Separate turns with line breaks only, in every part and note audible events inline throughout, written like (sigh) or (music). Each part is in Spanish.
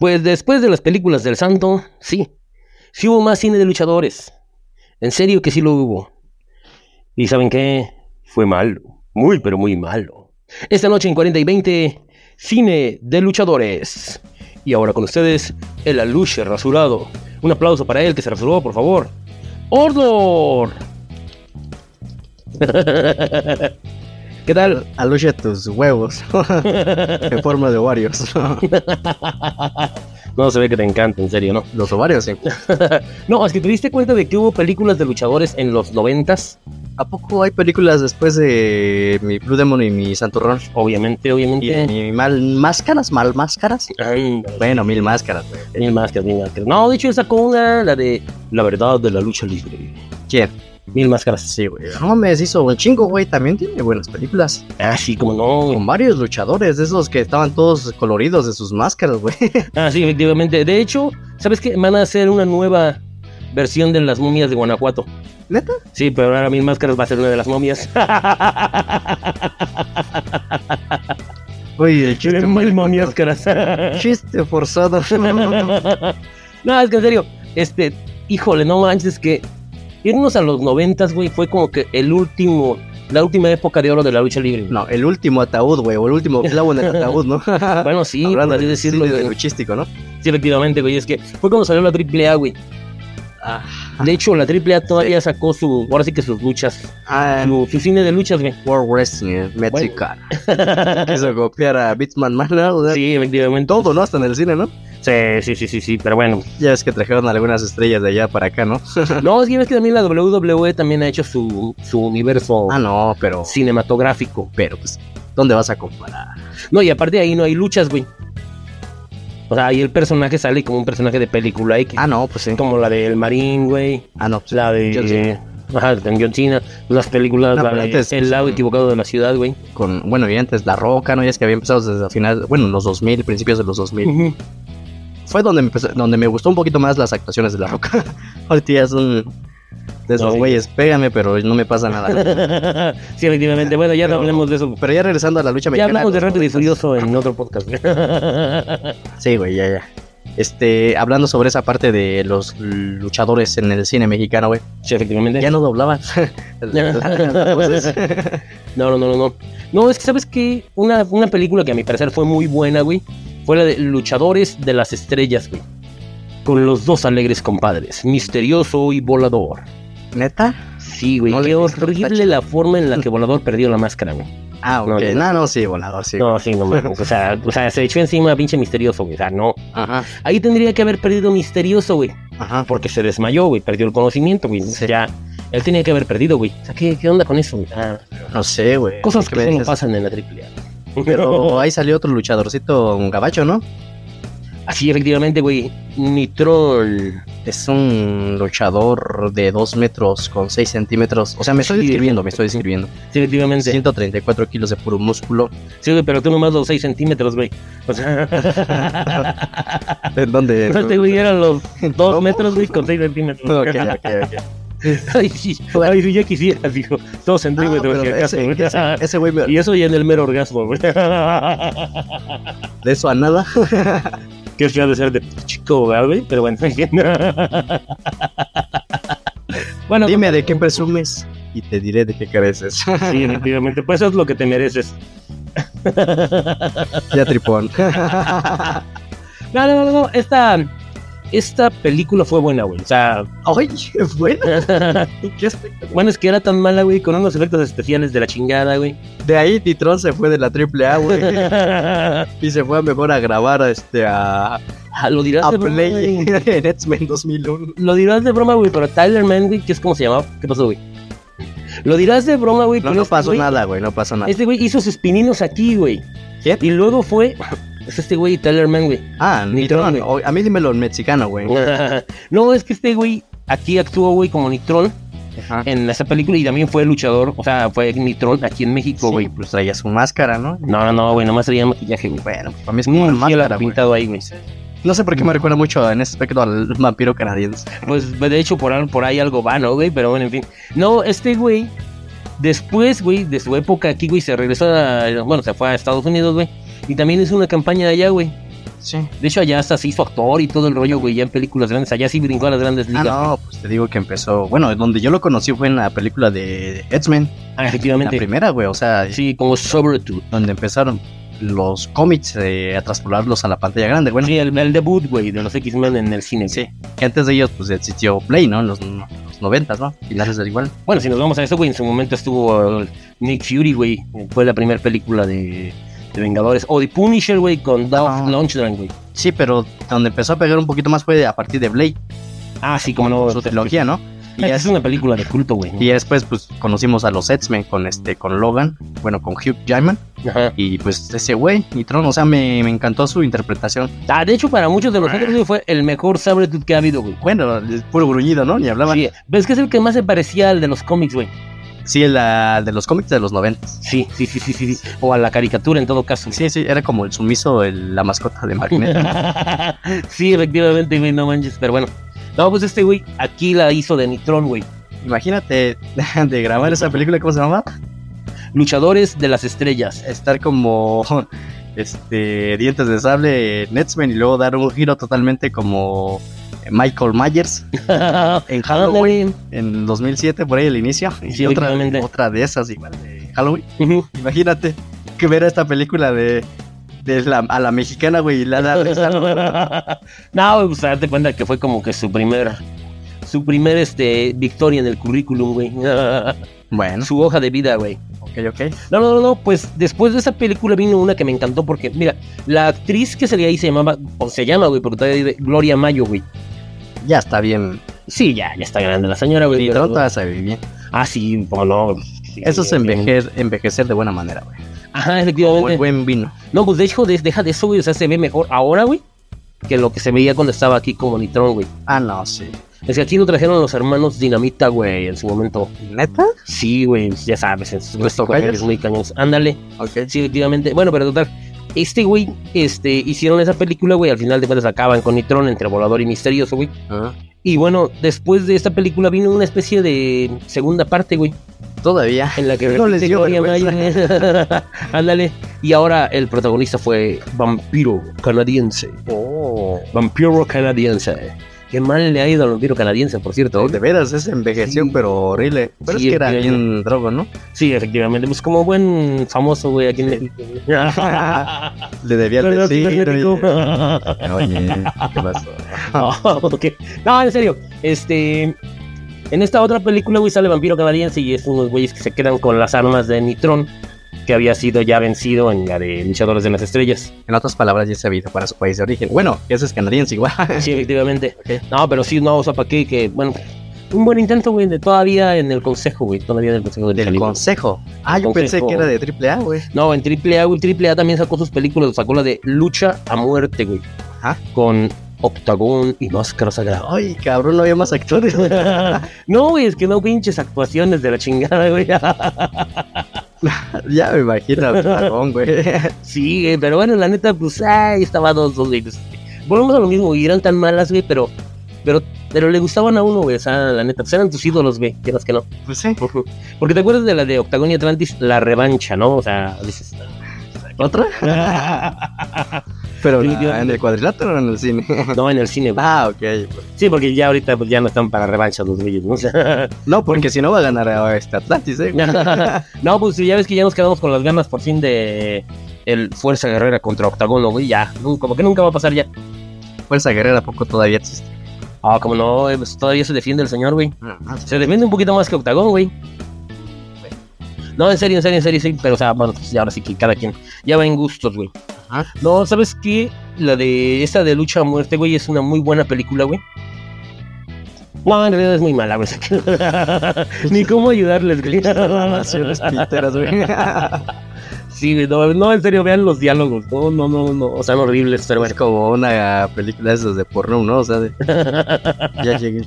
Pues después de las películas del santo, sí. Sí hubo más cine de luchadores. En serio que sí lo hubo. Y ¿saben qué? Fue malo. Muy, pero muy malo. Esta noche en 40 y 20, cine de luchadores. Y ahora con ustedes, el aluche rasurado. Un aplauso para él que se rasuró, por favor. ¡Ordor! ¿Qué tal?
Aluche tus huevos. (laughs) en forma de ovarios.
(laughs) No se ve que te encanta, en serio, ¿no?
Los ovarios, eh.
No, es que te diste cuenta de que hubo películas de luchadores en los noventas.
¿A poco hay películas después de mi Blue Demon y mi Santurrón?
Obviamente,
Y
obviamente.
mi mal máscaras, mal máscaras.
Ándale,
Bueno, mil máscaras, güey.
mil máscaras, mil máscaras. No, de hecho él sacó una, la de La verdad de la lucha libre.
¿Quién?
Mil máscaras.
Sí, güey. No me deshizo un chingo, güey. También tiene buenas películas.
Ah, sí, como no.
Con varios luchadores, de esos que estaban todos coloridos de sus máscaras, güey. (laughs)
Ah, sí, efectivamente. De hecho, ¿sabes qué? Van a hacer una nueva versión de las momias de Guanajuato.
¿Neta?
Sí, pero ahora Mil Máscaras va a ser una de las
(laughs)
momias.
Güey, el
(laughs)
chiste,
Mil Máscaras. (laughs)
chiste forzado. (laughs)
No, es que en serio, este, híjole, no manches que irnos a los noventas, güey, fue como que el último, la última época de oro de la lucha libre. güey.
no, el último ataúd, güey, o el último clavo en el ataúd, ¿no? (laughs)
Bueno, sí,
Hablando
podría
de-
decirlo,
sí, de
güey.
luchístico, ¿no?
sí, efectivamente, güey, es que fue cuando salió la AAA, güey. Ah, De hecho, la AAA todavía sacó su, ahora sí que sus luchas,
Ah,
su, su cine de luchas, güey.
World Wrestling eh, mexicana. Quiso copiar a Bitman Man, ¿no? O sea,
Sí, efectivamente.
Todo, ¿no? Hasta en el cine, ¿no?
Sí, sí, sí, sí, sí, pero
(laughs)
bueno.
Ya es que trajeron algunas estrellas de allá para acá, ¿no?
No, es que ves que también la WWE también ha hecho su, su universo
Ah, no, pero...
cinematográfico.
Pero, pues, ¿dónde vas a comparar?
No, y aparte ahí no hay luchas, güey. O sea, ahí el personaje sale como un personaje de película X.
Ah, no, pues sí.
Como la del Marín, güey.
Ah, no, pues
La de.
John Cena.
Ajá, de John Cena. Las películas.
No,
la
pero
de
antes-
el lado equivocado de la ciudad, güey.
con, bueno, y antes La Roca, ¿no? Ya es que había empezado desde la final, bueno, los 2000, principios de los 2000.
Ujú.
Fue donde me, empezó- donde me gustó un poquito más las actuaciones de La Roca. (laughs) Ahorita ya son
No,
de esos
sí.
güeyes, pégame, pero no me
(laughs)
pasa nada.
(laughs) sí, efectivamente. Bueno, ya no
Pero-
hablemos de eso.
pero ya regresando a la lucha
Ya
mexicana. pues,
hablamos de
los
Rápido y
90s.
Furioso en otro podcast.
Sí, güey, ya, ya. Este, hablando sobre esa parte de los luchadores en el cine mexicano, güey.
(laughs) sí, efectivamente.
Ya no doblaban. (laughs)
No, no, no, no, no. No, es que sabes que una, una película que a mi parecer fue muy buena, güey, fue la de Luchadores de las Estrellas, güey. Con los dos alegres compadres, misterioso y volador.
¿Neta?
Sí, güey,
No le
qué
he visto,
horrible
tacho.
la forma en la que Volador perdió la máscara, güey.
Ah, ok.
No,
No,
yo
no,
no.
sí, volador, sí.
No, sí, no mames. O sea, o sea, se echó encima a pinche misterioso, güey. O sea, no.
Ajá,
Ahí tendría que haber perdido misterioso, güey.
ajá.
Porque se desmayó, güey. Perdió el conocimiento, güey.
Sí.
Ya. Él tenía que haber perdido, güey. O sea, ¿qué, qué onda con eso, güey? Ah,
No sé, güey.
cosas
¿Qué
que
me
solo
dices?
pasan en la triple
Pero ahí salió otro luchadorcito, un gabacho, ¿no?
Así, efectivamente, güey. Nitrol.
Es un luchador de 2 metros con 6 centímetros. O sea, me estoy
Sí.
describiendo, me estoy describiendo.
Sí, efectivamente. Sí,
134 kilos de puro músculo.
güey, pero tú nomás los 6 centímetros, güey. O
(laughs)
sea,
¿En dónde?
(laughs) este güey era los 2
¿Cómo?
metros, güey, con 6 centímetros.
Ok, ok, ok.
(laughs) Ay, sí, ay, sí, ya quisiera, dijo. 2
Ah,
centímetros,
pero
si acaso,
ese-
güey.
ese- Ese güey me-
(laughs) Y eso ya en el mero orgasmo, güey. (laughs)
de eso a nada.
Que eso ya ha de ser de chico, güey. Pero bueno, (laughs) bueno,
Dime de qué presumes y te diré de qué careces. (laughs)
sí, efectivamente. Pues eso es lo que te mereces.
ya tripón. (laughs)
No, no, no, no. Esta, esta película fue buena, güey. O sea,
(laughs) Ay, bueno, qué espectacular.
bueno, es que era tan mala, güey, con unos efectos especiales de la chingada,
(laughs)
güey.
De ahí Titrón se fue de la triple A, güey. Y se fue a mejor a grabar a este a,
Ah, Lo dirás
a
de broma,
Play
güey.
(laughs) en X-Men 2001.
Lo dirás de broma, güey, pero Tyler Man, güey, que es como se llamaba. ¿Qué pasó, güey? Lo dirás de broma, güey.
No,
pero
no
este
pasó
güey-
nada, güey, no pasó nada.
Este güey hizo sus pininos aquí, güey.
¿Quién?
Y luego fue... (laughs) Es este güey, Tyler Man, güey. (laughs)
Ah,
Nitrón,
Nitrón.
güey.
o- A mí dímelo en mexicano, güey.
no, es que este güey aquí actuó, güey, como Nitrol
Ajá.
en esa película y también fue luchador. O sea, fue Nitrol aquí en México, güey.
Sí, pues traía su máscara, ¿no?
No, no, no, güey, nomás traía maquillaje, güey.
Bueno, para mí es como
Ni
una
un cielo
máscara, güey.
pintado ahí, güey.
No sé por qué me recuerda mucho en ese aspecto al vampiro canadiense.
Pues de hecho por, al- por ahí algo va, ¿no, güey? Pero bueno, en fin. No, este güey, después, güey, de su época aquí, güey, se regresó a... Bueno, se fue a Estados Unidos, güey. Y también hizo una campaña de allá, güey.
Sí.
De hecho, allá hasta se hizo actor y todo el rollo, güey, ya en películas grandes. Allá sí brincó a las grandes
Ah,
ligas.
no, pues te digo que empezó. Bueno, donde yo lo conocí fue en la película de X-Men.
Ah,
La
efectivamente.
primera, güey. O sea,
Sí, como Sobretude.
donde empezaron los cómics eh, a traspolarlos a la pantalla grande, güey.
Sí, el, el debut, güey, de los X-Men en el cine.
Sí, que antes de ellos pues existió Play, ¿no? En los, los 90, ¿no? Finales del igual.
Bueno, si nos vamos a eso, güey, en su momento estuvo eh, Nick Fury, güey. Fue la primera película de, de Vengadores. O de Punisher, güey, con Dolph
Ah.
Lundgren, güey.
Sí, pero donde empezó a pegar un poquito más fue a partir de Blade,
Ah, sí, como no.
su trilogía, ¿no? Y
Esta
ya,
es una película de culto, güey. ¿no?
y ya después pues conocimos a los X-Men con este con Logan, bueno, con Hugh Jackman
Ajá.
y pues ese güey y Tron, o sea, me, me encantó su interpretación.
Ah, de hecho, para muchos de nosotros güey, fue el mejor Sabretooth que ha habido, güey.
Bueno, es puro gruñido, ¿no? Ni hablaban. Sí,
Sí, ves que es el que más se parecía al de los cómics, güey.
la de los cómics de los 90.
Sí, sí, sí, sí, sí, sí. O a la caricatura en todo caso.
Sí, sí, era como el sumiso, el- la mascota
(laughs)
de Magneto.
sí, efectivamente, güey, no manches, pero bueno. No, pues este güey aquí la hizo de Nitrón, güey.
Imagínate (laughs) de grabar esa película, ¿cómo se llama?
Luchadores de las estrellas.
estar como este dientes de sable Netsman y luego dar un giro totalmente como Michael Myers
(laughs)
en Halloween
Ándale.
en 2007 por ahí el inicio y
Sí,
otra
obviamente.
otra de esas igual de Halloween
(laughs) Ujú.
imagínate que ver esta película de, de la, a la mexicana güey y la, la-
(laughs) no, güey, pues date cuenta que fue como que su primera, su primer este, victoria en el currículum, güey.
bueno
su hoja de vida, güey.
ok ok
No, no, no, no, pues después de esa película vino una que me encantó porque, mira, la actriz que salía ahí se llamaba, o se llama, güey, pero todavía vive, Gloria Mayo, güey.
ya está bien
Sí, ya, Pues, ya está grande la señora, güey.
y
pero-
trata de vivir bien
Ah, sí, pues no. sí,
eso es
sí,
envejecer envejecer de buena manera güey
Ajá,
buen,
efectivamente.
buen vino
No, pues de hecho, de- deja de eso, güey, o sea, se ve mejor ahora, güey, que lo que se veía cuando estaba aquí como Nitrón, güey.
ah no sí
Es que aquí lo trajeron los hermanos Dinamita, güey, en su momento.
neta
Sí, güey, ya sabes, en sus
¿Los
es
tocayos?
muy cañones. Ándale.
ok
Sí, efectivamente. Bueno, pero total. Este güey, este, hicieron esa película, güey. Al final de cuentas acaban con Nitrón entre volador y misterioso, güey.
Ah,
Y bueno, después de esta película vino una especie de segunda parte, güey.
todavía
En la que
No les
repite
dio
Gloria Mayer. (laughs) Ándale. Y ahora el protagonista fue Vampiro Canadiense.
Oh,
Vampiro Canadiense. Qué mal le ha ido al vampiro canadiense, por cierto.
de veras, es envejeció,
Sí.
pero horrible. Pero
Sí,
es que era
ya, ya.
bien
(laughs)
drogo, ¿no?
Sí, efectivamente. Pues como buen famoso, güey, aquí en México. güey.
Le debía
Perdón,
decir.
cibernético.
Oye, Oye, ¿qué pasó?
(laughs) No, ok. No, en serio. Este. En esta otra película, güey, sale Vampiro Canadiense y es unos güeyes que se quedan con las armas de Nitrón, que había sido ya vencido en la de Luchadores de las Estrellas.
En otras palabras, ya se había ido para su país de origen. Bueno, ese es canadiense igual.
(laughs) Sí, efectivamente.
Ok.
No, pero sí, no, o sea, para qué, que, bueno, un buen intento, güey, de todavía en el consejo, güey, todavía en el consejo del,
Del
Calibre.
consejo. Ah, yo pensé
Consejo.
que era de triple A, güey.
No, en AAA, güey, AAA también sacó sus películas, sacó la de Lucha a Muerte, güey,
Ajá.
con Octagón y Máscara
(laughs)
Sagrada.
Ay, cabrón, no había más actores. (laughs)
no, güey, es que no pinches actuaciones de la chingada, güey. (laughs)
ya me imagino, cabrón, güey. (laughs)
Sí, güey, pero bueno, la neta, pues, ay, estaba dos, dos, güey. pues, Volvemos a lo mismo, güey, eran tan malas, güey, pero, pero, pero le gustaban a uno, güey, o sea, la neta, pues eran tus ídolos, güey, quieras que no. (laughs)
Pues sí.
Ujú. Porque te acuerdas de la de Octagon y Atlantis, la revancha, ¿no? O sea, dices,
¿Otra? Pero
Definitivamente.
la- en el cuadrilátero o en el cine. (laughs)
no en el cine, güey.
ah, ok. pues.
Sí, porque ya ahorita pues, ya no están para revancha los güeyes, ¿no? O sea,
No, porque si no va a ganar a este Atlantis, eh.
(laughs) no, pues ya ves que ya nos quedamos con las ganas por fin de el Fuerza Guerrera contra Octagon, ¿no, güey, ya, nun- como que nunca va a pasar ya.
Fuerza Guerrera, Pues ¿a poco todavía existe?
Ah, como no, eh, pues, todavía se defiende el señor, güey.
Ah, ah,
Se defiende un poquito más que Octagón, güey. No, en serio, en serio, en serio, sí, pero o sea, bueno, pues ya ahora sí que cada quien ya va en gustos, güey.
Ajá.
No, ¿sabes qué? La de esta de lucha a muerte, güey, es una muy buena película, güey. No, en realidad es muy mala, güey. (laughs) Ni cómo ayudarles, güey. (laughs)
Naciones piteras, güey. (laughs)
sí, güey, no, no, en serio, vean los diálogos. No, no, no, no. O sea, horribles, pero
Es
bueno.
como una película de esas de porno, ¿no? O sea, de... ya llegué.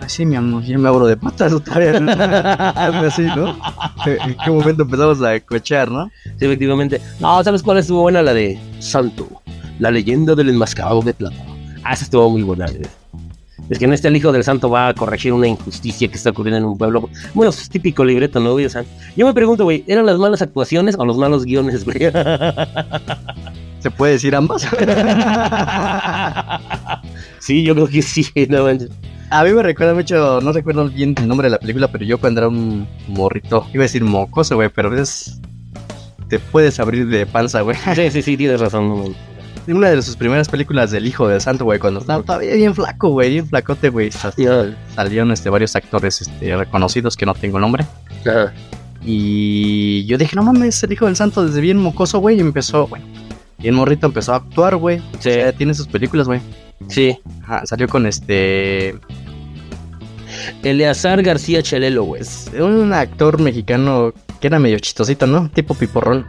Así, mi amor, yo me abro de patas otra vez. ¿no? Algo así, ¿no? Eh, ¿En qué momento empezamos a cochear, no?
Sí, efectivamente. No, ¿sabes cuál estuvo buena? La de Santo, la leyenda del enmascarado de plata. Ah, esa estuvo muy buena. güey. Es que en este el hijo del santo va a corregir una injusticia que está ocurriendo en un pueblo. Bueno, es típico libreto, ¿no? güey? O sea, yo me pregunto, güey, ¿eran las malas actuaciones o los malos guiones, güey?
¿Se puede decir ambas?
(laughs) Sí, yo creo que sí, no manches.
A mí me recuerda mucho, no recuerdo bien el nombre de la película, pero yo cuando era un morrito, iba a decir mocoso, güey, pero a veces te puedes abrir de panza, güey.
Sí, sí, sí, tienes razón, no manches.
En una de sus primeras películas del Hijo del Santo, güey, cuando estaba todavía bien flaco, güey, bien flacote, güey. sal-
Ya,
Salieron este, varios actores este, reconocidos que no tengo nombre.
ajá.
Y yo dije, no mames, el hijo del santo desde bien mocoso, güey. Y empezó, bueno, bien morrito empezó a actuar, güey.
Sí.
O sea, tiene sus películas, güey.
Sí,
Ajá, salió con este.
Eleazar García Chelelo, güey.
Pues, un actor mexicano que era medio chistosito, ¿no? Tipo piporrón.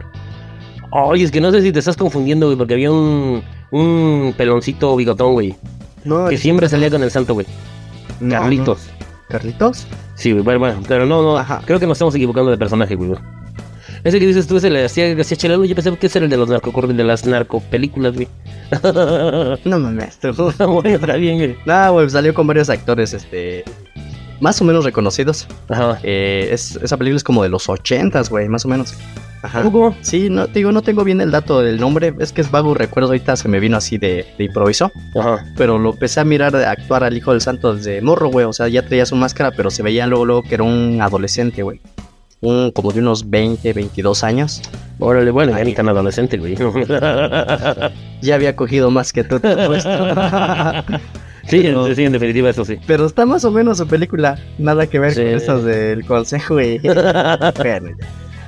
Oye, es que no sé si te estás confundiendo, güey, porque había un, un peloncito bigotón, güey,
No,
que siempre salía con el santo, güey.
no,
Carlitos.
no. ¿Carlitos?
Sí, güey, bueno, bueno, pero no, no,
Ajá.
creo que nos estamos equivocando de personaje, güey. Ese que dices tú es el García García Chelelo, yo pensé que ese era el de los narcocorridos, de las narcopelículas, güey. (laughs)
No mames, (laughs) tú.
bueno, está bien, güey.
No, güey, salió con varios actores, este. Más o menos reconocidos.
Ajá.
Eh, es- esa película es como de los ochentas, güey, más o menos. Ajá.
¿Cómo?
Sí, no, te digo, no tengo bien el dato del nombre, es que es vago recuerdo, ahorita se me vino así de, de improviso,
Ajá.
pero lo empecé a mirar a actuar al hijo del santo desde morro, güey, o sea, ya traía su máscara, pero se veía luego, luego que era un adolescente, güey. Un, como de unos 20, 22 años.
Órale, bueno, ya ni tan adolescente,
(laughs)
güey.
Ya había cogido más que (laughs) tú.
sí, en- sí, en definitiva, eso sí.
Pero está más o menos su película. Nada que ver
Sí.
con esas del consejo, (laughs) güey. Bueno, ya.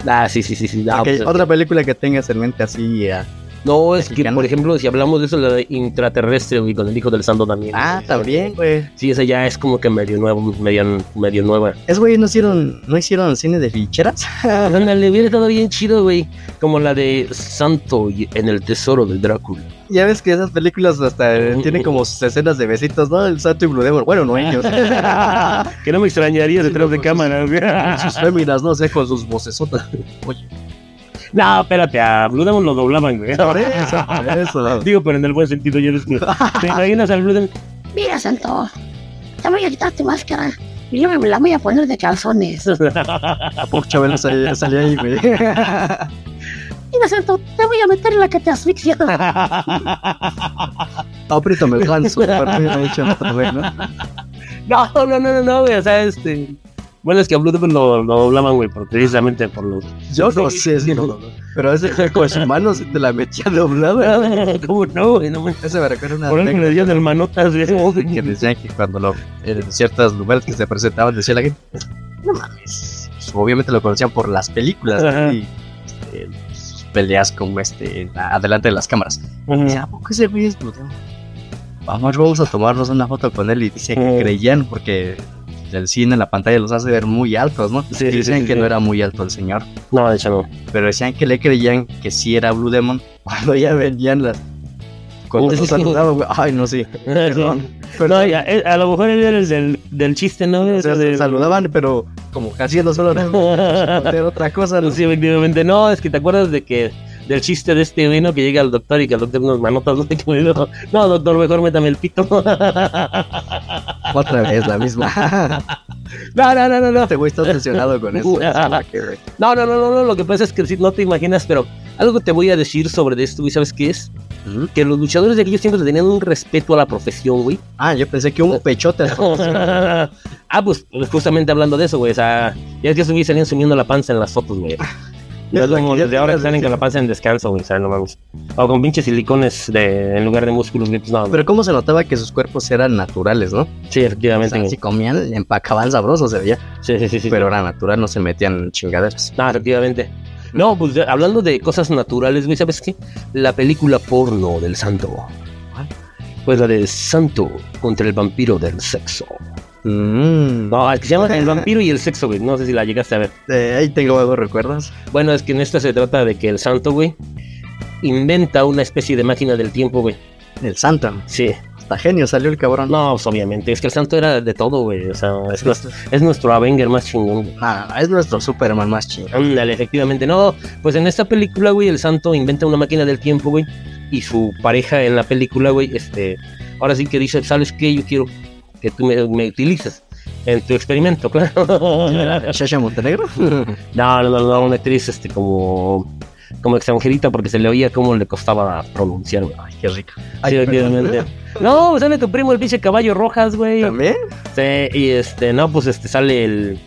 Ah, sí, sí, sí, sí. Ah,
Ok,
pues,
otra película que tengas en mente así. ah.
No, es que,
mexicana.
por ejemplo, si hablamos de eso, la de intraterrestre, güey, con el hijo del santo también.
Ah,
güey.
también, güey.
Sí, esa ya es como que medio nueva, medio, medio nueva. (laughs)
Es, güey, ¿no hicieron, ¿no hicieron cine de ficheras? (laughs)
Ándale, hubiera estado bien chido, güey. Como la de Santo y- en el tesoro de
(laughs)
Drácula.
Ya ves que esas películas hasta eh, tienen como sus escenas de besitos, ¿no? El Santo y Blue Demon. Bueno, no (laughs) ellos.
Que no me extrañaría
detrás de cámara, (laughs) sus
cámara.
féminas, no sé, con sus vocesotas. (laughs) Oye,
no, espérate, a Blue Demon lo doblaban, güey.
por eso, por eso.
Digo, pero en el buen sentido, yo les ¿Te imaginas al Blue Demon?
Mira, Santo, te voy a quitar tu máscara y yo me la voy a poner de calzones.
A poco Chabelo sal- salía ahí, güey. (laughs)
Mira, Santo, te voy a meter la que te asfixia.
Apriétame el ganso. para mí, me echan otra vez, ¿no?
No, no, no, no, no, güey, o sea, este... Bueno, es que a Blue Demon lo, lo doblaban, güey, por- precisamente por los...
Yo no sé, sí, no, no, no. pero ese (laughs) con su mano se te la metía doblada.
(laughs) ¿Cómo no, güey? No, me-
Ese me recuerda una
por eso le
anécdota
decían el manotas, güey.
(laughs) que decían que cuando lo, en ciertos lugares que se presentaban decía la gente, no mames, Pues, obviamente lo conocían por las películas
Ajá.
y este, sus peleas como este adelante de las cámaras. Dice, ¿a poco ese güey es Blue Demon? Vamos, vamos a tomarnos una foto con él y dice que
Mm.
creían porque el cine, la pantalla los hace ver muy altos, ¿no?
Sí,
Y
sí,
decían
sí,
que
sí.
no era muy alto el señor.
No, de hecho no.
pero decían que le creían que sí era Blue Demon cuando ya venían las. Cuando
Uy,
lo
sí.
saludaban, güey. Ay, no, sí. Perdón.
Pero no, ya, eh, a lo mejor él era el del, del chiste, ¿no?
O sea,
Eso de-
se saludaban, pero como casi no solo era era otra cosa.
(laughs)
¿no?
sí, efectivamente. No, es que te acuerdas de que del chiste de este vino que llega al doctor y que el doctor nos manotas. ¿no? Como digo, No, doctor, mejor métame el pito. (laughs)
Otra vez la misma.
No, no, no, no, no.
este güey está obsesionado con eso.
Uy, (laughs) ah, No, no, no, no, no, Lo que pasa es que sí, no te imaginas, pero algo te voy a decir sobre de esto, güey. ¿Sabes qué es?
¿Mm?
Que los luchadores de aquellos siempre le tenían un respeto a la profesión, güey.
Ah, yo pensé
Eh.
que un pechote.
(laughs) ah, pues pues, justamente hablando de eso, güey. O sea, ya es que esos güeyes salían sumiendo la panza en las fotos, güey. Ya es como desde ahora que salen con la panza en descanso, güey. O sea, no mames. O con pinches silicones de, en lugar de músculos, güey. Pues no,
Pero cómo se notaba que sus cuerpos eran naturales, ¿no?
sí,
O
efectivamente,
sea,
güey.
si comían, le empacaban sabroso, se veía.
Sí, sí, sí. sí.
Pero era natural, no se metían en chingaderas.
No, efectivamente. No, pues ya, hablando de cosas naturales, güey, ¿sabes qué? La película porno del santo. Pues la de Santo contra el vampiro del sexo.
Mm.
No, es que se llama El vampiro y el sexo, güey. No sé si la llegaste a ver.
Eh, ahí tengo algo, ¿recuerdas?
Bueno, es que en esta se trata de que el santo, güey, inventa una especie de máquina del tiempo, güey.
El Santa.
Sí.
Hasta genio salió el cabrón.
No, pues obviamente. Es que el santo era de todo, güey. O sea, es nuestro, es nuestro Avenger más chingón, güey.
Nada, ah, es nuestro Superman más chingón.
Ándale, efectivamente. No, pues en esta película, güey, el santo inventa una máquina del tiempo, güey. Y su pareja en la película, güey, este. Ahora sí que dice, ¿sabes qué? Yo quiero que tú me, me utilices en tu experimento, (laughs) claro.
Shasha Montenegro.
No, no, no, no, una actriz este, como como extranjerita porque se le oía cómo le costaba pronunciar, güey.
Ay, qué rico.
Sí,
Ay, perdón.
obviamente. No, pues sale tu primo el pinche caballo rojas, güey.
¿También?
Sí, y este, no, pues este sale el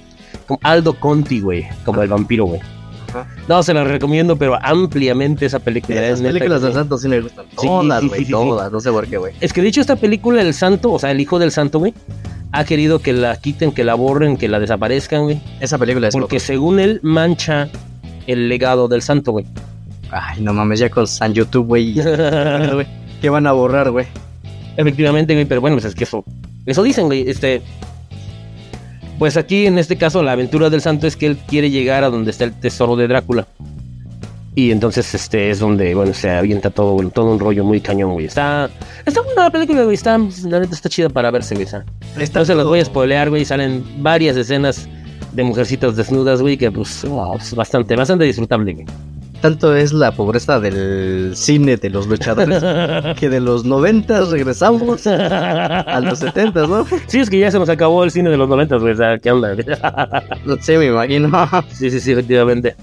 como Aldo Conti, güey, como el vampiro, güey.
Ajá.
No, se la recomiendo, pero ampliamente esa película.
Las
es neta
películas
que-
del santo sí me gustan.
Sí,
Todas,
sí,
güey,
sí, sí,
todas. No sé por qué, güey.
Es que de hecho esta película El Santo, o sea, el hijo del santo, güey, ha querido que la quiten, que la borren, que la desaparezcan, güey.
Esa película es...
Porque según él mancha el legado del santo, güey.
Ay, no mames, ya con San YouTube, güey. güey. ¿Qué van a borrar, güey?
(laughs) Efectivamente, güey, pero bueno, pues es que eso, eso dicen, güey, este... Pues aquí, en este caso, la aventura del santo es que él quiere llegar a donde está el tesoro de Drácula. Y entonces, este, es donde, bueno, se avienta todo, güey, todo un rollo muy cañón, güey. Está, está buena la película, güey, está, la neta está chida para verse, güey, está.
Está
No se los
todo-
voy a spoilear, güey, salen varias escenas de mujercitas desnudas, güey, que pues, wow, es bastante, bastante disfrutable, güey.
Tanto es la pobreza del cine de los luchadores
(laughs)
que de los 90 regresamos a los 70, ¿no?
Sí, es que ya se nos acabó el cine de los noventas, güey, o sea, ¿qué onda? güey?
No sé, me imagino.
Sí, sí, sí, efectivamente.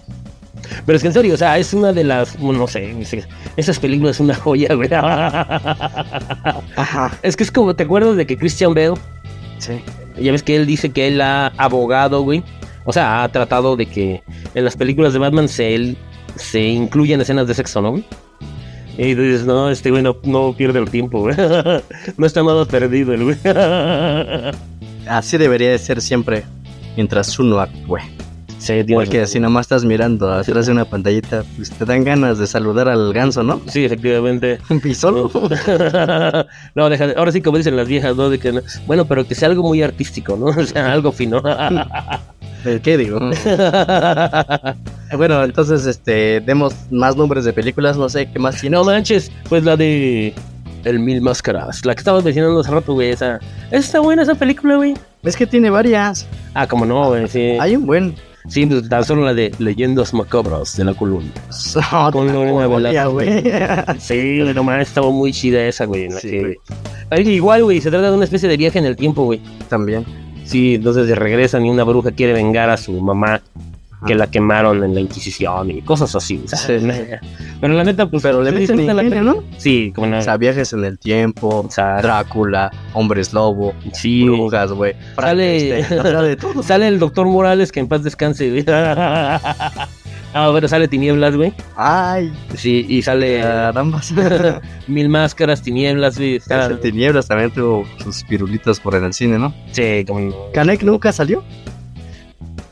Pero es que en serio, o sea, es una de las, bueno, no sé, no sé, esas películas es una joya, güey. (laughs)
Ajá,
Es que es como, ¿te acuerdas de que Christian Bale,
sí.
ya ves que él dice que él ha abogado, güey? O sea, ha tratado de que en las películas de Batman se, él, se incluyan escenas de sexo, ¿no, güey? Y tú dices, no, este güey no, no pierde el tiempo, güey. (laughs) No está nada perdido el güey. (laughs)
Así debería de ser siempre mientras uno actúe.
Sí, tienes
Porque si nomás estás mirando atrás de una pantallita, pues te dan ganas de saludar al ganso, ¿no? (laughs)
Sí, efectivamente.
Y solo.
(laughs) no, deja de- ahora sí, como dicen las viejas, ¿no? De que, no- bueno, pero que sea algo muy artístico, ¿no? (laughs) O sea, algo fino.
¿De ¿Qué digo? Bueno, entonces, este, demos más nombres de películas, no sé qué más
si
tiene.
no manches, pues la de El Mil Máscaras, la que estabas mencionando hace rato, güey. Esa, esa está buena esa película, güey.
Es que tiene varias.
Ah, como no, güey, sí.
Hay un buen.
Sí, pues, tan solo la de Leyendas Macabras de la Columna. Con Lorena
Oye,
Velasco. (laughs)
güey.
Sí, güey, nomás estaba muy chida esa, güey. en la
Sí,
que-
güey.
Ay, Igual, güey, se trata de una especie de viaje en el tiempo, güey.
También.
Sí, entonces se regresan y una bruja quiere vengar a su mamá que
Ajá.
la quemaron en la Inquisición y cosas así. o sea,
Sí.
Pero la neta, pues.
Pero le
sí,
meten
disfruta la
ingenio,
peli-
¿no?
Sí, como una.
O sea, viajes en el tiempo,
o sea,
Drácula, hombres lobo,
sí.
brujas, güey.
Sale-
Frankenstein, habla de todo.
Sale el doctor Morales, que en paz descanse. (laughs) güey. Ah, pero sale Tinieblas, güey.
Ay,
Sí, y sale ah,
caramba.
(laughs)
(laughs)
Mil Máscaras, Tinieblas, güey. está-
El Tinieblas también tuvo sus pirulitas por en el cine, ¿no?
Sí, como. no.
Canek nunca salió.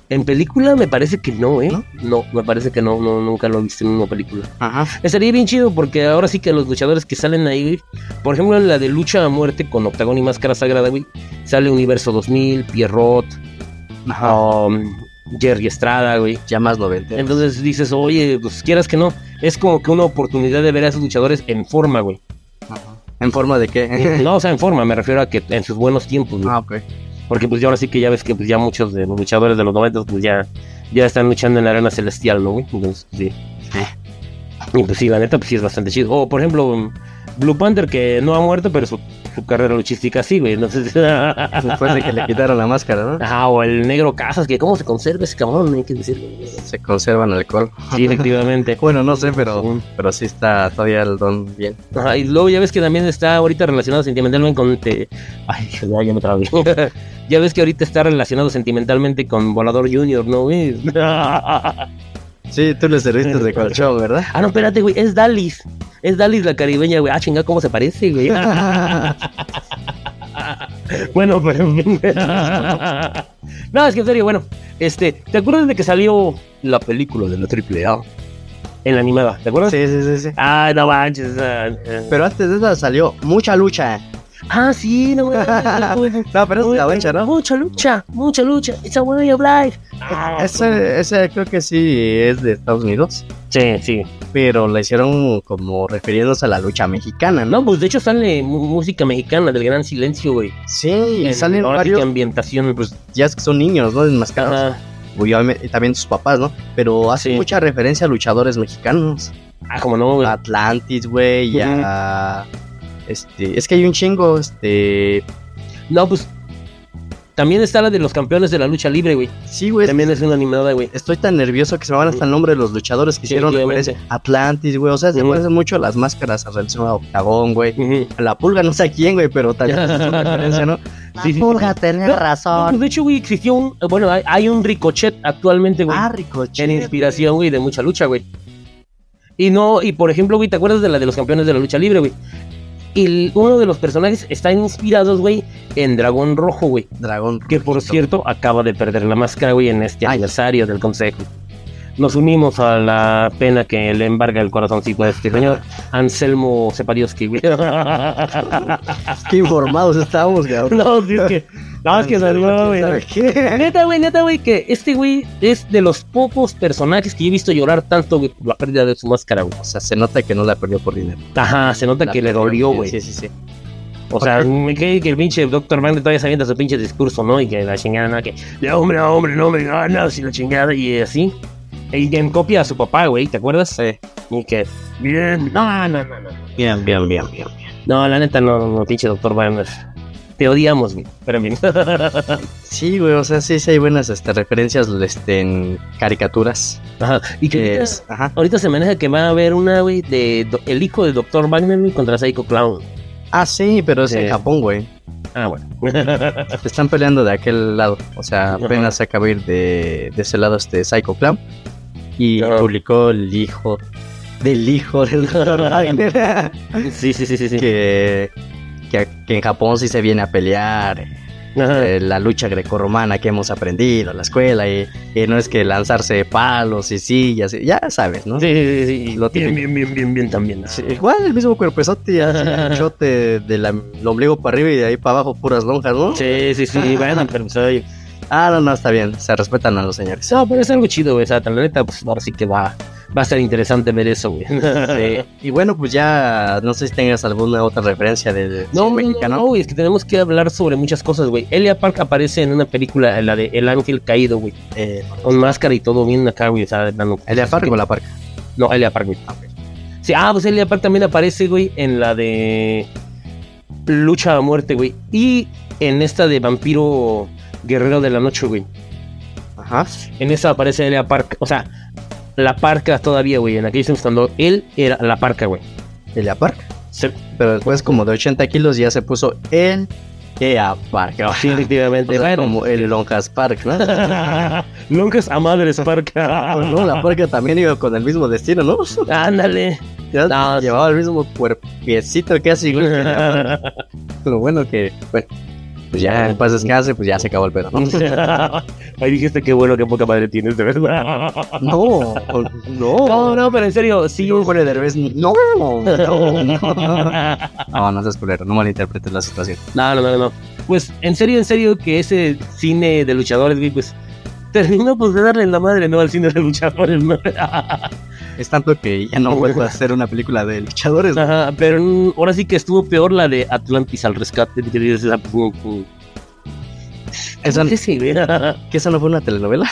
En película me parece que no, ¿eh?
¿No?
¿No? me parece que no, no, nunca lo he visto en una película.
Ajá.
Estaría bien chido porque ahora sí que los luchadores que salen ahí, güey, por ejemplo, en la de lucha a muerte con Octagón y Máscara Sagrada, güey, sale Universo 2000, Pierrot,
Ajá.
um, Jerry Estrada, güey.
Ya más 90.
Entonces dices, oye, pues quieras que no, es como que una oportunidad de ver a esos luchadores en forma, güey.
Ajá. ¿En forma de qué?
No, o sea, en forma, me refiero a que en sus buenos tiempos, güey.
(laughs) ah, ok.
Porque pues ya ahora sí que ya ves que pues ya muchos de los luchadores de los 90 pues ya, ya están luchando en la arena celestial, ¿no, güey? Entonces, sí. Y pues sí, la neta, pues sí es bastante chido. O por ejemplo, um, Blue Panther que no ha muerto, pero su, su carrera luchística sí, güey. Entonces,
Después de que le quitaron la máscara, ¿no?
(laughs) ah, o el negro Casas, que cómo se conserva ese cabrón, hay que decirlo.
Se conservan alcohol.
Sí,
(laughs)
efectivamente.
Bueno, no sé, pero,
Según.
pero sí está todavía el don bien.
Ajá, y luego ya ves que también está ahorita relacionado sentimentalmente con... te- Ay, (laughs) ya, ya me trabé. (laughs) ya ves que ahorita está relacionado sentimentalmente con Volador Junior, ¿no, güey? (laughs) ah,
Sí, tú le serviste de colchón, ¿verdad?
no, espérate, güey, es Dalis. Es Dalis la caribeña, güey. Ah, chinga, ¿cómo se parece,
(laughs)
güey? bueno, pero... (laughs) no, es que en serio, bueno. Este, ¿te acuerdas de que salió la película de la AAA? En la animada, ¿te acuerdas?
Sí, sí, sí, sí.
Ah, no manches. ah, eh.
Pero antes de esa salió mucha lucha.
Ah, sí,
(laughs)
no manches.
No, pero es
Uy,
la bancha, ¿no?
Mucha lucha, mucha lucha. It's a way of life.
Ah. Ese, ese creo que sí es de Estados Unidos.
Sí, sí.
Pero la hicieron como refiriéndose a la lucha mexicana, ¿no?
No, pues de hecho sale mu- música mexicana del Gran Silencio, güey.
Sí, y
En-
salen
ahora sí que
varios.
ambientación, pues.
Ya es que son niños, ¿no? Enmascarados.
Ajá.
Obviamente, y también sus papás, ¿no? Pero hace
Sí.
mucha referencia a luchadores mexicanos.
Ah, como no, güey.
A Atlantis, güey, y a. Este, es que hay un chingo, este.
No, pues. También está la de los campeones de la lucha libre, güey.
Sí, güey.
También es una animada, güey.
Estoy tan nervioso que se me van hasta el nombre de los luchadores que
Sí,
hicieron
obviamente.
referencia a Atlantis, güey. O sea, se
Ujú.
parecen mucho a las máscaras en relación a Octagón, güey.
Ujú.
A la pulga, no sé a quién, güey, pero también es
(laughs)
una referencia, ¿no?
Sí, sí.
pulga, tenés
No, pues, de hecho, güey, existió un. Bueno, hay, hay un ricochet actualmente, güey.
Ah, Ricochet.
en inspiración, güey, de mucha lucha, güey. Y no, y por ejemplo, güey, ¿te acuerdas de la de los campeones de la lucha libre, güey? Y el- uno de los personajes están inspirados, güey, en Dragón Rojo, güey.
Dragón.
Que por
Rojito.
cierto, acaba de perder la máscara, güey, en este
Ay.
aniversario del consejo. Nos unimos a la pena que le embarga el corazoncito a este señor, Anselmo Separiowski, güey.
Qué informados estábamos, cabrón.
no, sí, es que. No, es Ah, que no, no, güey. no.
¿Sabe qué?
Neta, güey, neta, güey, que este güey es de los pocos personajes que yo he visto llorar tanto, güey, por la pérdida de su máscara, güey.
O sea, se nota que no la perdió por dinero.
Ajá, se nota
La
que le
perdió,
dolió,
sí,
güey.
Sí, sí, sí.
O sea, me cree que el pinche Dr. Magnet todavía se avienta su pinche discurso, ¿no? Y que la chingada, ¿no? Que de hombre a hombre no me ganas y la chingada y así. Y en copia a su papá, güey, ¿te acuerdas?
Sí.
Y que, bien, no, no, no, no.
Bien, bien, bien, bien. bien.
No, la neta, no, no, pinche Dr. Magnet. Te odiamos, güey. Pero en fin.
Sí, güey, o sea, sí, sí hay buenas este, referencias este, en caricaturas.
(laughs) Ajá. Y
Que
que
es, ajá.
ahorita se maneja que va a haber una, güey, de do- el hijo de Dr. Magnet güey, contra Psycho Clown.
Ah, sí, pero es
Sí.
en Japón, güey.
Ah, bueno. (laughs)
Se están peleando de aquel lado. O sea,
Ajá.
apenas se acaba de ir de, de ese lado este Psycho Clown. Y
Ajá.
publicó el hijo del hijo del (laughs) Dr. Wagner.
sí, sí, sí, sí. sí.
que, que, que en Japón sí se viene a pelear.
Ajá.
eh, la lucha grecorromana que hemos aprendido en la escuela. Y, y no es que lanzarse palos y sillas. y- Ya sabes, ¿no?
Sí, sí, sí, sí.
Lo
bien,
típico.
bien, bien, bien, bien también.
Sí, igual el mismo cuerpezote, así, anchote del am- del ombligo para arriba y de ahí para abajo puras lonjas, ¿no?
Sí, sí, sí, bueno, pero pues, oye.
Ah, no, no, está bien, se respetan a los señores.
pues, No, pero es algo chido, güey. O sea, la neta, pues ahora sí que va, va a ser interesante ver eso, (laughs) güey.
Sí. Y bueno, pues ya no sé si tengas alguna otra referencia
No,
del cine
no, no,
mexicano.
no, güey, es que tenemos que hablar sobre muchas cosas, güey. Elia Park aparece en una película, en la de El Ángel Caído, güey.
Eh,
Con máscara y todo bien acá, güey. O sea, de plano.
Elia Fargo, la parca.
No, Elia Park, güey. Sí, ah, pues Elia Park también aparece, güey, en la de Lucha a Muerte, güey. Y en esta de Vampiro Guerrero de la Noche, güey.
Ajá.
En esa aparece Elia Park. O sea, la parca todavía, güey. En aquellos tiempos cuando él era la parca, güey.
Elia Park.
Se- (laughs)
Pero después, como de 80 kilos, ya se puso en Elia Park. ¿no?
Sí,
O
efectivamente.
sea,
Bueno.
como el Lonjas Park, ¿no? (laughs)
Lonjas a madres (laughs) parca.
No, la parca también iba con el mismo destino, ¿no?
Ándale.
Ya
No, sí.
llevaba el mismo cuerpiecito casi, güey.
(laughs)
Lo bueno que, bueno, pues ya en paz descanse, pues ya se acabó el pedo, ¿no?
(laughs) Ahí dijiste qué bueno, qué poca madre tienes, de verdad.
No, no.
(laughs) No, no, pero en serio, sí.
Sí, un Eugenio Derbez, no, no, no.
No,
No, no seas culero, no malinterpretes la situación.
no, no, no. Pues en serio, en serio, que ese cine de luchadores, güey, pues terminó pues de darle la madre, ¿no? Al cine de luchadores, ¿no? (laughs)
Es tanto que ya no vuelvo a hacer una película de luchadores.
Ajá, pero mm, ahora sí que estuvo peor la de Atlantis al rescate. Que dices, ah, pu- pu-
Esa-
Sí, sí, güey.
¿Que esa no fue una telenovela?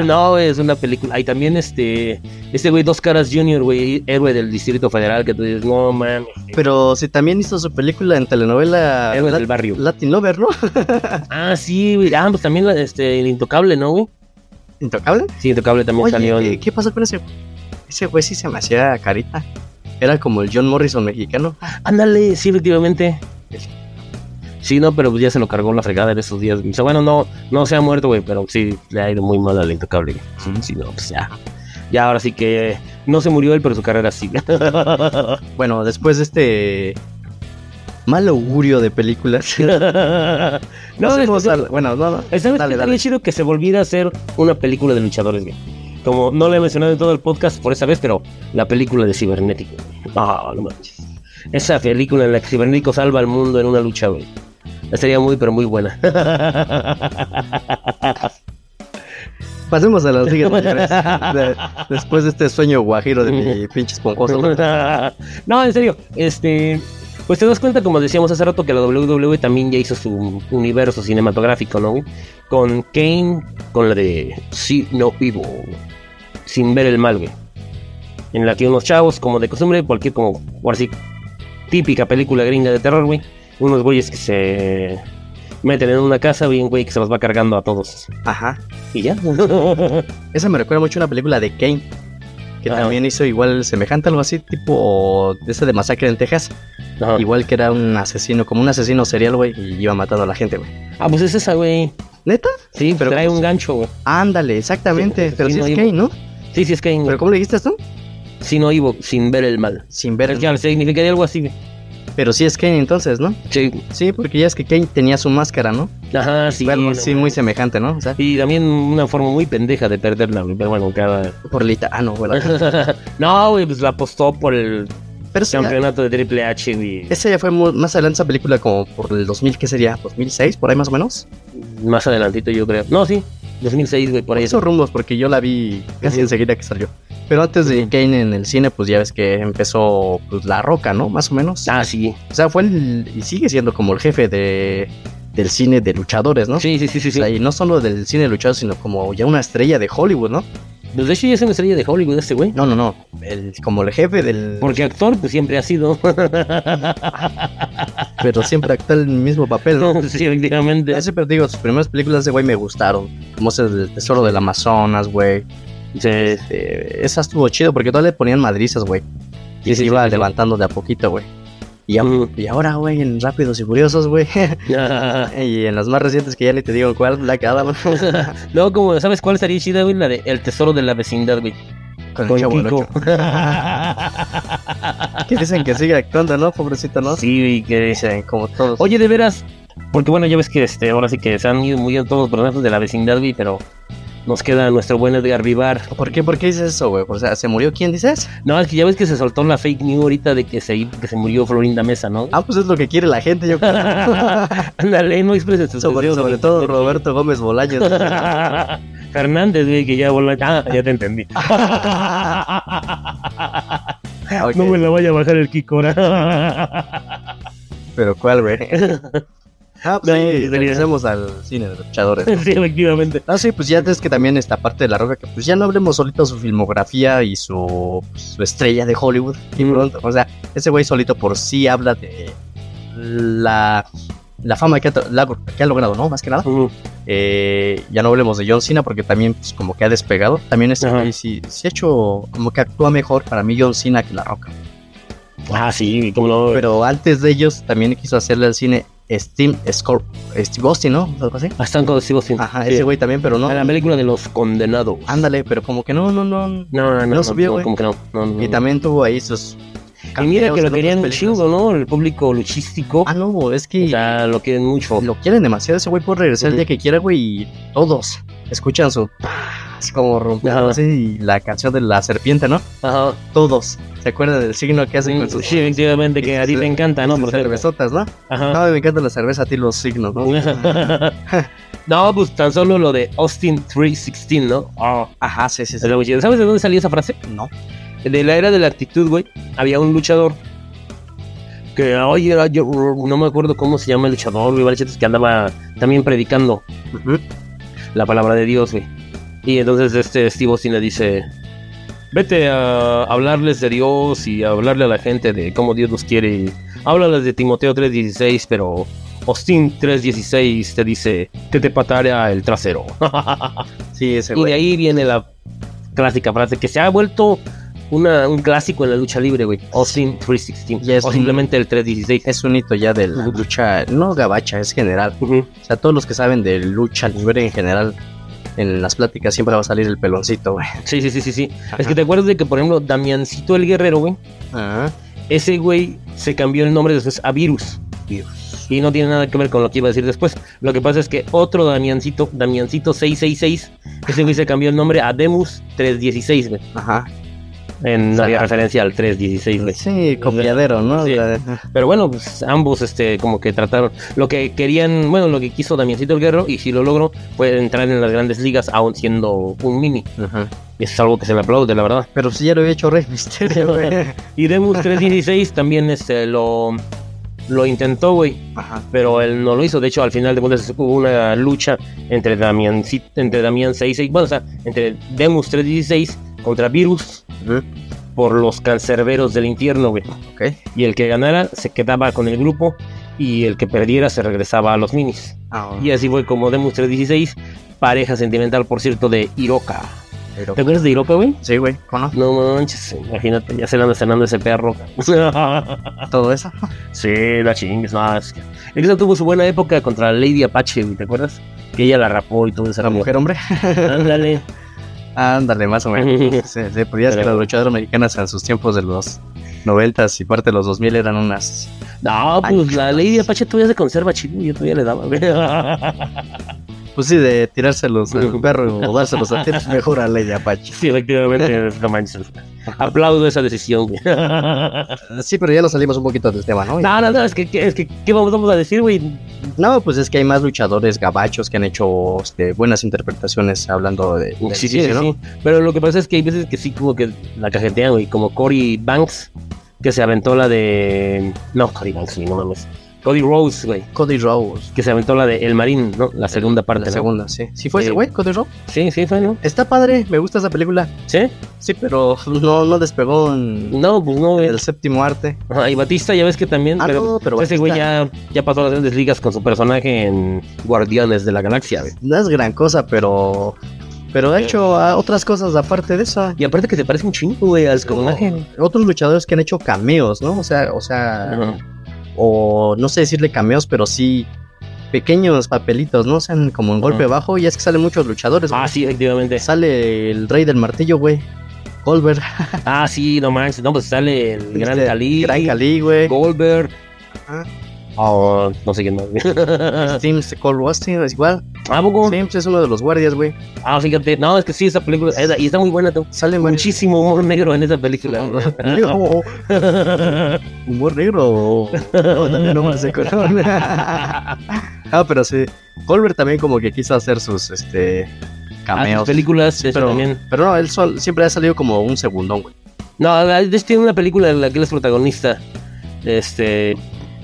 (laughs) No, es una película. Hay también este, este güey, Dos Caras Junior, güey, héroe del Distrito Federal, que tú dices, no, man,
Pero si también hizo su película en telenovela
héroe
Lat-
del barrio.
Latin Lover, ¿no?
Ah, sí, güey. Ah, pues también la- este, el Intocable, ¿no, güey?
Intocable.
Sí, Intocable también salió. en-
Oye, eh, ¿qué, qué pasó con ese? Ese güey sí se me hacía carita. Era como el John Morrison mexicano.
Ah, Ándale, sí, efectivamente. Sí, no, pero pues ya se lo cargó la fregada en esos días. O sea, bueno, no, no se ha muerto, güey, pero sí le ha ido muy mal al intocable. güey. Sí, sí, no, pues ya. Ya ahora sí que eh, no se murió él, pero su carrera sí.
Bueno, después de este mal augurio de películas.
(laughs) no,
(laughs)
este,
No sé
es-
cómo usarla. Bueno, no, no.
¿Sabes qué?
Dale,
Estaría
dale.
chido que se volviera a hacer una película de luchadores, güey. Como no le he mencionado en todo el podcast por esa vez, pero la película de Cibernético. Ah, no manches. Esa película en la que Cibernético salva al mundo en una lucha, güey. Estaría muy, pero muy buena.
Pasemos a
(laughs)
las siguiente. De- después de este sueño guajiro de mi
(laughs)
pinche (laughs) esponjoso.
no, en serio. Este. Pues te das cuenta, como decíamos hace rato, que la WWE también ya hizo su universo cinematográfico, ¿no? Con Kane, con la de Sí, no vivo. Sin ver el mal, güey. En la que unos chavos, como de costumbre, cualquier como, ahora sí, típica película gringa de terror, güey. Unos güeyes que se meten en una casa y un güey que se los va cargando a todos.
Ajá.
Y ya. (laughs)
Esa me recuerda mucho a una película de Kane. Que
Ah.
también hizo igual semejante, algo así, tipo de ese de masacre en Texas.
Ajá.
Igual que era un asesino, como un asesino serial, güey, y iba matando a la gente, güey.
Ah, pues es esa, güey.
¿Neta?
Sí,
Pero-
trae un gancho, güey.
Ándale, exactamente.
Sí,
pero sí
asesino
es
iba-
Kane, ¿no?
Sí, sí, es Kane.
¿Pero cómo le dijiste tú?
Si no iba sin ver el mal.
Sin ver.
Es que significaría algo así, güey.
Pero sí es Kane entonces, ¿no?
Sí.
Sí, porque ya es que Kane tenía su máscara, ¿no?
Ajá, sí.
Algo
no
así
mames.
muy semejante, ¿no? O sea,
Y también una forma muy pendeja de perderla, güey. Pero bueno, cada.
por Lita. Ah, no, güey. la-
(laughs) no, güey, pues la apostó por el
Pero sí, ya-
campeonato de Triple H, güey.
esa ya fue mu- más adelante esa película como por el 2000, ¿qué sería? 2006, por ahí más o menos.
Más adelantito, yo creo. No, sí. 2006, güey, por ahí.
Esos rumbos, porque yo la vi casi
Ujú.
enseguida que salió. Pero antes de Kane en el cine, pues ya ves que empezó pues, La Roca, ¿no? Más o menos.
Ah, sí.
O sea, fue el, y sigue siendo como el jefe de, del cine de luchadores, ¿no?
Sí, sí, sí, sí.
O
sí.
sea, y no solo del cine de luchadores, sino como ya una estrella de Hollywood, ¿no?
Pues de hecho ya es una estrella de Hollywood este güey.
No, no, no. El, como el jefe del.
Porque actor pues siempre ha sido.
(laughs) Pero siempre actúa el mismo papel,
(laughs)
¿no?
sí, efectivamente.
Ya siempre digo, sus primeras películas de güey me gustaron. Como es el Tesoro del Amazonas, güey.
(laughs) Sí,
Este, esa estuvo chido porque todas le ponían madrizas, güey.
Sí,
Y se
sí,
iba
sí, sí.
levantando de a poquito, güey. Y, ya-
Ujú.
y ahora, güey, en Rápidos y Furiosos, güey. (laughs)
Ah,
y en las más recientes que ya ni te digo cuál, Black Adam. (laughs)
Luego, como, ¿sabes cuál estaría chida, güey? La de El Tesoro de la Vecindad, güey.
Con
Con
el chavo del
Kiko.
Ocho. Que dicen que sigue actuando, ¿no? Pobrecito, ¿no?
sí, güey, que...
Dicen, como todos.
Oye, de veras, porque bueno, ya ves que este, ahora sí que se han ido muriendo todos los personajes de la vecindad, güey, pero nos queda nuestro buen Edgar Vivar.
¿Por qué, ¿Por qué dices eso, güey? O sea, ¿se murió quién dices?
No, es que ya ves que se soltó la fake news ahorita de que se, que se murió Florinda Mesa,
(laughs)
¿no?
Ah, pues es lo que quiere la gente, yo
(laughs)
creo.
Ándale, no expreses tus
sobre,
deseos,
sobre
güey.
todo Roberto Gómez Bolaños.
(laughs) Fernández, güey, que ya voló. Ah, ya te entendí.
Ah, ok.
No me la vaya a bajar el Kiko ahora. (laughs)
Pero ¿cuál, güey? Ah, pues
No, eh, en
sí,
realidad.
regresemos al cine de los luchadores.
sí, efectivamente.
Ah, sí, pues ya es que también esta parte de La Roca, que pues ya no hablemos solito su filmografía y su, pues, su estrella de Hollywood. Y pronto, o sea, ese güey solito por sí habla de la, la fama que ha, tra- la- que ha logrado, ¿no? Más que nada.
Ujú.
Eh, ya no hablemos de John Cena porque también pues, como que ha despegado. También este
Ajá.
güey sí, sí ha hecho como que actúa mejor para mí John Cena que La Roca.
Ah, sí, cómo no.
Pero antes de ellos también quiso hacerle al cine Steve, Scor Steve Austin, ¿no? Algo así.
Hasta con Ah, sí, sí.
Ajá,
Sí.
ese güey también, pero no.
A la película de los condenados.
Ándale, pero como que no, no, no.
No, no, no.
No subió, güey.
como que no. no, no,
Y
no.
también tuvo ahí sus.
Y mira que
cameos en
lo
otras
querían un
películas.
chingo, ¿no? El público luchístico.
Ah, no, es
o
que
sea, lo quieren mucho.
lo quieren demasiado. Ese güey puede regresar el día que quiera, güey. Y todos escuchan su. Así como rompe.
Ajá.
así, y la canción de la serpiente, ¿no?
Ajá.
Todos. ¿Se acuerdan del signo que hacen con sus. Este,
Sí, efectivamente, que a ti te encanta, ¿no?
sus
Por cierto.
cervezotas, ¿no?
Ajá.
No, me encanta la cerveza, a ti los signos, ¿no?
(laughs) no, pues tan solo lo de Austin 316, ¿no? Ah,
Ajá, sí, sí,
está
sí.
muy chido. ¿Sabes de dónde salió esa frase?
No.
De la era de la actitud, güey. Había un luchador que, oye, era yo, no me acuerdo cómo se llama el luchador, güey, vale, chetos, que andaba también predicando
Ujú.
la palabra de Dios, güey. Y entonces este Steve Austin le dice, vete a hablarles de Dios y a hablarle a la gente de cómo Dios nos quiere. y Háblales de Timoteo 3.16, pero Austin 3.16 te dice, que te patarea el trasero.
Sí,
(laughs)
ese
y de
güey.
ahí viene la clásica frase que se ha vuelto una, un clásico en la lucha libre, güey. Austin 3.16.
Ya es
o
un-
simplemente el 3.16.
Es un hito ya de la lucha, no gabacha, es general.
Ujú.
O sea, todos los que saben de lucha libre en general, en las pláticas siempre va a salir el peloncito, güey.
Sí, sí, sí, sí, sí. Es que te acuerdas de que, por ejemplo, Damiancito el Guerrero, güey.
Ajá.
ese güey se cambió el nombre después a Virus. Y no tiene nada que ver con lo que iba a decir después. Lo que pasa es que otro Damiancito, Damiancito 666, ese güey se cambió el nombre a Demus 316, güey.
Ajá.
En no había
Ajá.
referencia al 316, güey.
Sí, copiadero, ¿no?
Sí. Pero bueno, pues ambos este como que trataron lo que querían, bueno, lo que quiso Damiancito el Guerrero y si lo logró puede entrar en las grandes ligas aún siendo un mini.
Ajá.
Y eso es algo que se le aplaude, la verdad.
Pero si ya lo había hecho Rey Misterio, güey.
Y Demus 316 también este lo lo intentó, güey.
Ajá.
pero él no lo hizo. De hecho, al final de cuentas hubo una lucha entre Damián, entre Damián 66, bueno, o sea, entre Demus 316 contra Virus
Ujú.
por los cancerberos del infierno, güey.
Ok.
Y el que ganara se quedaba con el grupo y el que perdiera se regresaba a los minis.
Ah,
Y así fue como Demon's 316, pareja sentimental, por cierto, de Iroka.
pero-
¿Te acuerdas de Iroka, güey?
Sí, güey, ¿cómo
No manches, imagínate, ya se le anda cenando ese (laughs) perro.
no? Todo eso.
sí, la chingues, no, es que... Elisa tuvo su buena época contra Lady Apache, güey, ¿te acuerdas? Que ella la rapó y todo eso. (laughs)
La mujer, hombre.
Ándale.
Ándale, más o menos.
(laughs)
Sí, sí, pues ya es que
Pero-
las luchadoras americanas en sus tiempos de los noventas y parte de los 2000 eran unas...
No,
Ay,
pues la Lady Apache todavía se conserva chido, yo todavía le daba, güey. (laughs)
Pues sí, de tirárselos al perro o dárselos a tiros mejor a Lady Apache.
Sí, efectivamente, no manches. Aplaudo esa decisión, güey.
Sí, pero ya nos salimos un poquito del tema, ¿no?
No, no, no, es que, que- es que ¿qué vamos, vamos a decir, güey?
No, pues es que hay más luchadores gabachos que han hecho este, buenas interpretaciones hablando de... del
Sí, sí, sí,
inicio, ¿no?
Pero lo que pasa es que hay veces que sí, como que la cajetean, güey. Como Cory Banks, que se aventó la de. No, Cory Banks, güey, no mames. Cody Rhodes, güey,
Cody Rhodes.
que se aventó la de El Marín, ¿no? La segunda parte,
La
¿no?
segunda, sí. ¿Sí fue
Sí.
ese güey, Cody Rhodes?
Sí, sí, fue, ¿no?
Está padre, me gusta esa película.
¿Sí?
Sí, pero no, no despegó en
No, pues no, güey.
el séptimo arte.
Ajá, Y Batista, ya ves que también.
Ah,
pero
no, pero
ese güey ya, ya pasó a las grandes ligas con su personaje en Guardianes de la Galaxia, güey.
No es gran cosa, pero. Pero ha hecho ah, otras cosas aparte de esa.
Y aparte que se parece un chingo, güey, al personaje. güey.
Otros luchadores que han hecho cameos, ¿no? O sea, o sea.
Ajá.
O no sé decirle cameos, pero sí. Pequeños papelitos, ¿no? O sea, en- como en golpe
Ujú.
bajo. Y es que salen muchos luchadores. güey.
Ah, sí, efectivamente.
Sale el rey del martillo, güey. Goldberg.
Ah, sí, no manches. No, pues sale el gran
Este,
Cali.
Gran Cali, güey.
Goldberg.
Ajá.
Ah, no sé quién más. (laughs) güey.
Steam Cold Austin, es igual.
¿A poco?
Steam es uno de los guardias, güey.
Ah, fíjate. No, es que sí, esa película. esa- y está muy buena. tengo
Sale muchísimo.
Muchísimo humor negro en esa película. (laughs) Ah,
oh, Humor negro. También no más de color. (laughs) ah, pero sí. Colbert también como que quiso hacer sus este
Ah, sus
cameos.
películas de hecho,
pero-
también.
Pero no, él sol- siempre ha salido como un segundón, güey.
No, de hecho tiene una película en la que él es protagonista. Este.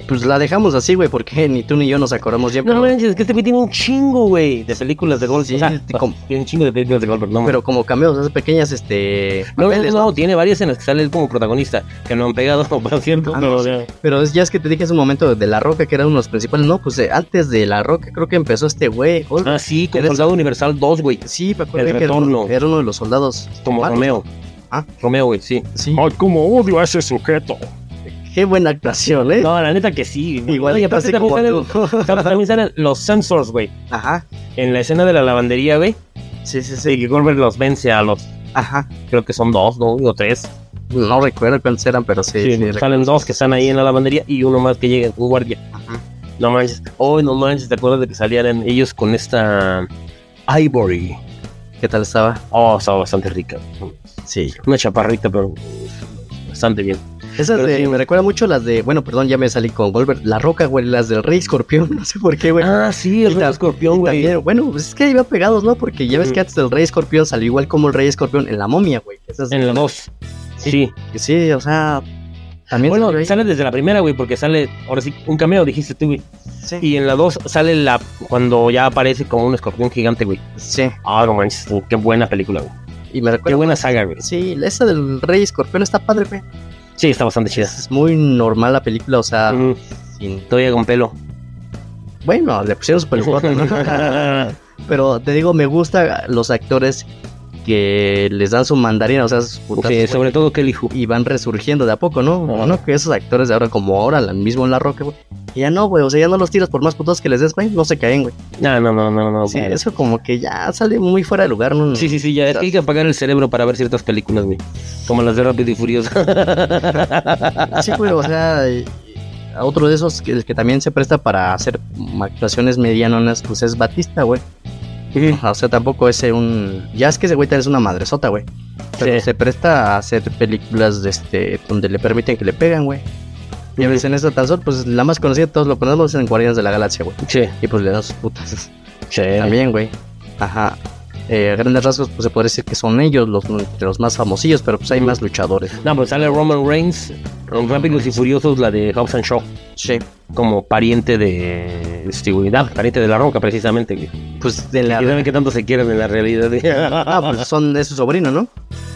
Pues la dejamos así, güey, porque ni tú ni yo nos acordamos bien.
No
pero,
manches, es que este güey tiene un chingo, güey, de películas de Goldberg.
Sí,
o sea,
te com-
tiene un chingo de películas de Goldberg, no
pero como cameos, esas pequeñas este
No,
papeles,
no, tiene varias en las que sale él como protagonista, que no han pegado, (laughs) por cierto.
Ah,
pero,
no,
o sea,
Pero es- ya es que te dije hace un momento de La Roca, que era uno de los principales. No, pues eh, antes de La Roca creo que empezó este güey. Goldberg.
Ah, sí, con
Eres-
Soldado Universal 2, güey.
Sí, me acuerdo
Ah, El
que era
retorno.
uno, era uno de los soldados.
Como
malos.
Romeo.
Ah.
Romeo, güey, sí.
Sí.
Ay, cómo odio a ese sujeto.
Qué buena actuación, ¿eh?
No, la neta que sí. güey.
Igual
y
y
aparte
así
también
como
salen,
tú.
también salen los sensors, güey.
Ajá.
En la escena de la lavandería, güey.
Sí, sí, sí.
Sí, que Goldberg los vence a los,
Ajá.
creo que son dos, ¿no? O tres.
No recuerdo cuántos eran, pero sí.
Sí,
sí, recuerdo.
salen dos que están ahí en la lavandería y uno más que llega, un guardia.
Ajá.
No manches. Hoy no manches, ¿te acuerdas de que salían ellos con esta Ivory?
¿Qué tal estaba?
Oh, estaba bastante rica.
Sí.
Una chaparrita, pero bastante bien.
Esas
Pero
de-
sí.
me recuerda mucho las de. Bueno, perdón, ya me salí con Goldberg. La Roca, güey. Las del Rey Escorpión. (laughs) No sé por qué, güey.
Ah, sí,
Y
el
ta-
Rey escorpión,
Y
güey.
también, bueno, pues es que iban pegados, ¿no? Porque ya ves
Ujú.
que antes del Rey Escorpión salió igual como el Rey Escorpión en la momia, güey. Esas-
En la dos.
Sí.
sí.
Sí, o sea. También.
Bueno,
salió ahí.
sale desde la primera, güey, porque sale, ahora sí, un cameo, dijiste tú, güey.
sí.
Y en la 2 sale la cuando ya aparece como un escorpión gigante, güey.
sí.
Ah, no manches, tú, qué buena película, güey.
Y me
Qué
recuerda.
buena saga, güey.
Sí, esa del Rey Escorpión está padre, güey.
Sí, está bastante chida.
Es muy normal la película, o sea,
Ujú,
sin-
todavía con pelo.
Bueno, le pusieron su pelucota, ¿no? Pero te digo, me gusta los actores que les dan su mandarina, o sea, sus putazos,
Sí,
güey,
sobre todo Kelly Hu.
y van resurgiendo de a poco, ¿no?
Ajá.
No que esos actores de ahora, como ahora, la- mismo en la roca, güey. que Ya no, güey, o sea, ya no los tiras por más putos que les des, güey, no se caen, güey.
No, no, no, no, no.
Sí,
bueno.
eso como que ya sale muy fuera de lugar, ¿no?
Sí, sí, sí, ya hay que apagar el cerebro para ver ciertas películas, güey. Como las de Rápido y Furioso. (laughs)
Sí, güey, o sea, y- y otro de esos que, el que también se presta para hacer mm, actuaciones medianonas, pues es Batista, güey. Ajá, O sea, tampoco es un. Ya es que ese güey tal es una madresota, güey. Pero
Sí.
se presta a hacer películas de este donde le permiten que le pegan, güey. Y a veces en esta tan solo, pues la más conocida, todos lo conocemos en Guardianes de la Galaxia, güey.
Sí,
Y pues le dan sus putas.
sí.
También, güey. Ajá. Eh, a grandes rasgos, pues se puede decir que son ellos los, entre los más famosillos, pero pues hay más luchadores.
No, pues sale Roman Reigns en Rápidos y Furiosos, la de Hobbs and Shaw.
Sí.
como pariente de este, güey, ah, pariente de la roca precisamente. güey.
Pues de
Y
la. (laughs)
saben que tanto se quieren en la realidad. güey.
Ah, pues son de su sobrino, ¿no?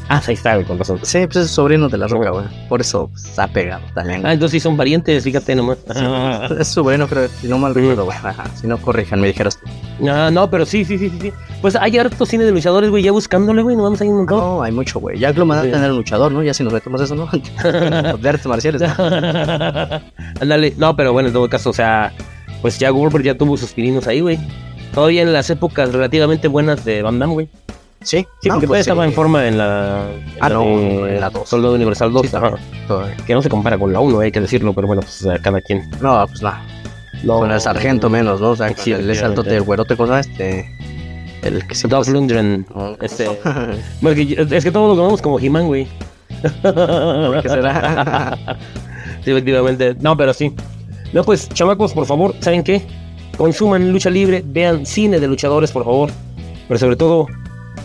Ah, ahí está, güey, con razón.
Sí, pues es sobrino de la roca, güey. Por eso pues, se ha pegado también.
Ah, entonces sí son parientes, fíjate nomás. Ah,
Es sobrino, creo, si no mal recuerdo, güey. Ajá, Si no, corrijan, me dijeras tú.
Ah, no, pero sí, sí, sí, sí, sí. Pues hay hartos cine de luchadores, güey, ya buscándole, güey, no vamos a ir un montón.
No, hay mucho, güey. Jack lo mandaste
Sí.
a tener un luchador, ¿no? Ya si nos metemos
(laughs)
eso, ¿no? De artes marciales. ¿no?
Ándale, no, pero bueno, en todo caso, o sea, pues ya Goldberg ya tuvo sus pininos ahí, güey. Todavía en las épocas relativamente buenas de Van Damme, güey.
Sí,
Sí,
no,
porque todavía
pues,
estaba
sí.
en forma en la.
Ah, no,
eh,
en la dos.
Soldado Universal 2,
Sí,
ajá. Que no se compara con la 1, hay que decirlo, pero bueno, pues a cada quien.
No, pues no.
No,
Con el sargento menos, ¿no? O sea,
Sí,
sí, el
efectivamente.
saltote del güerote, ¿cómo se llama? Este. El que se
Dolph Lundgren. Este. porque yo- es que todos lo conocemos como He-Man, güey.
(laughs)
(laughs)
¿Qué será?
Sí, efectivamente. No, pero sí. No, pues, chamacos, por favor, ¿saben qué? Consuman lucha libre, vean cine de luchadores, por favor. Pero sobre todo,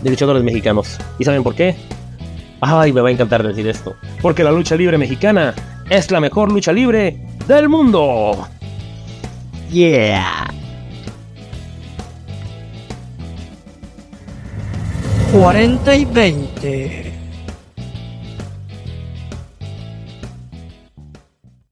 de luchadores mexicanos. ¿Y saben por qué? Ay, me va a encantar decir esto. Porque la lucha libre mexicana es la mejor lucha libre del mundo.
yeah.
Cuarenta y veinte.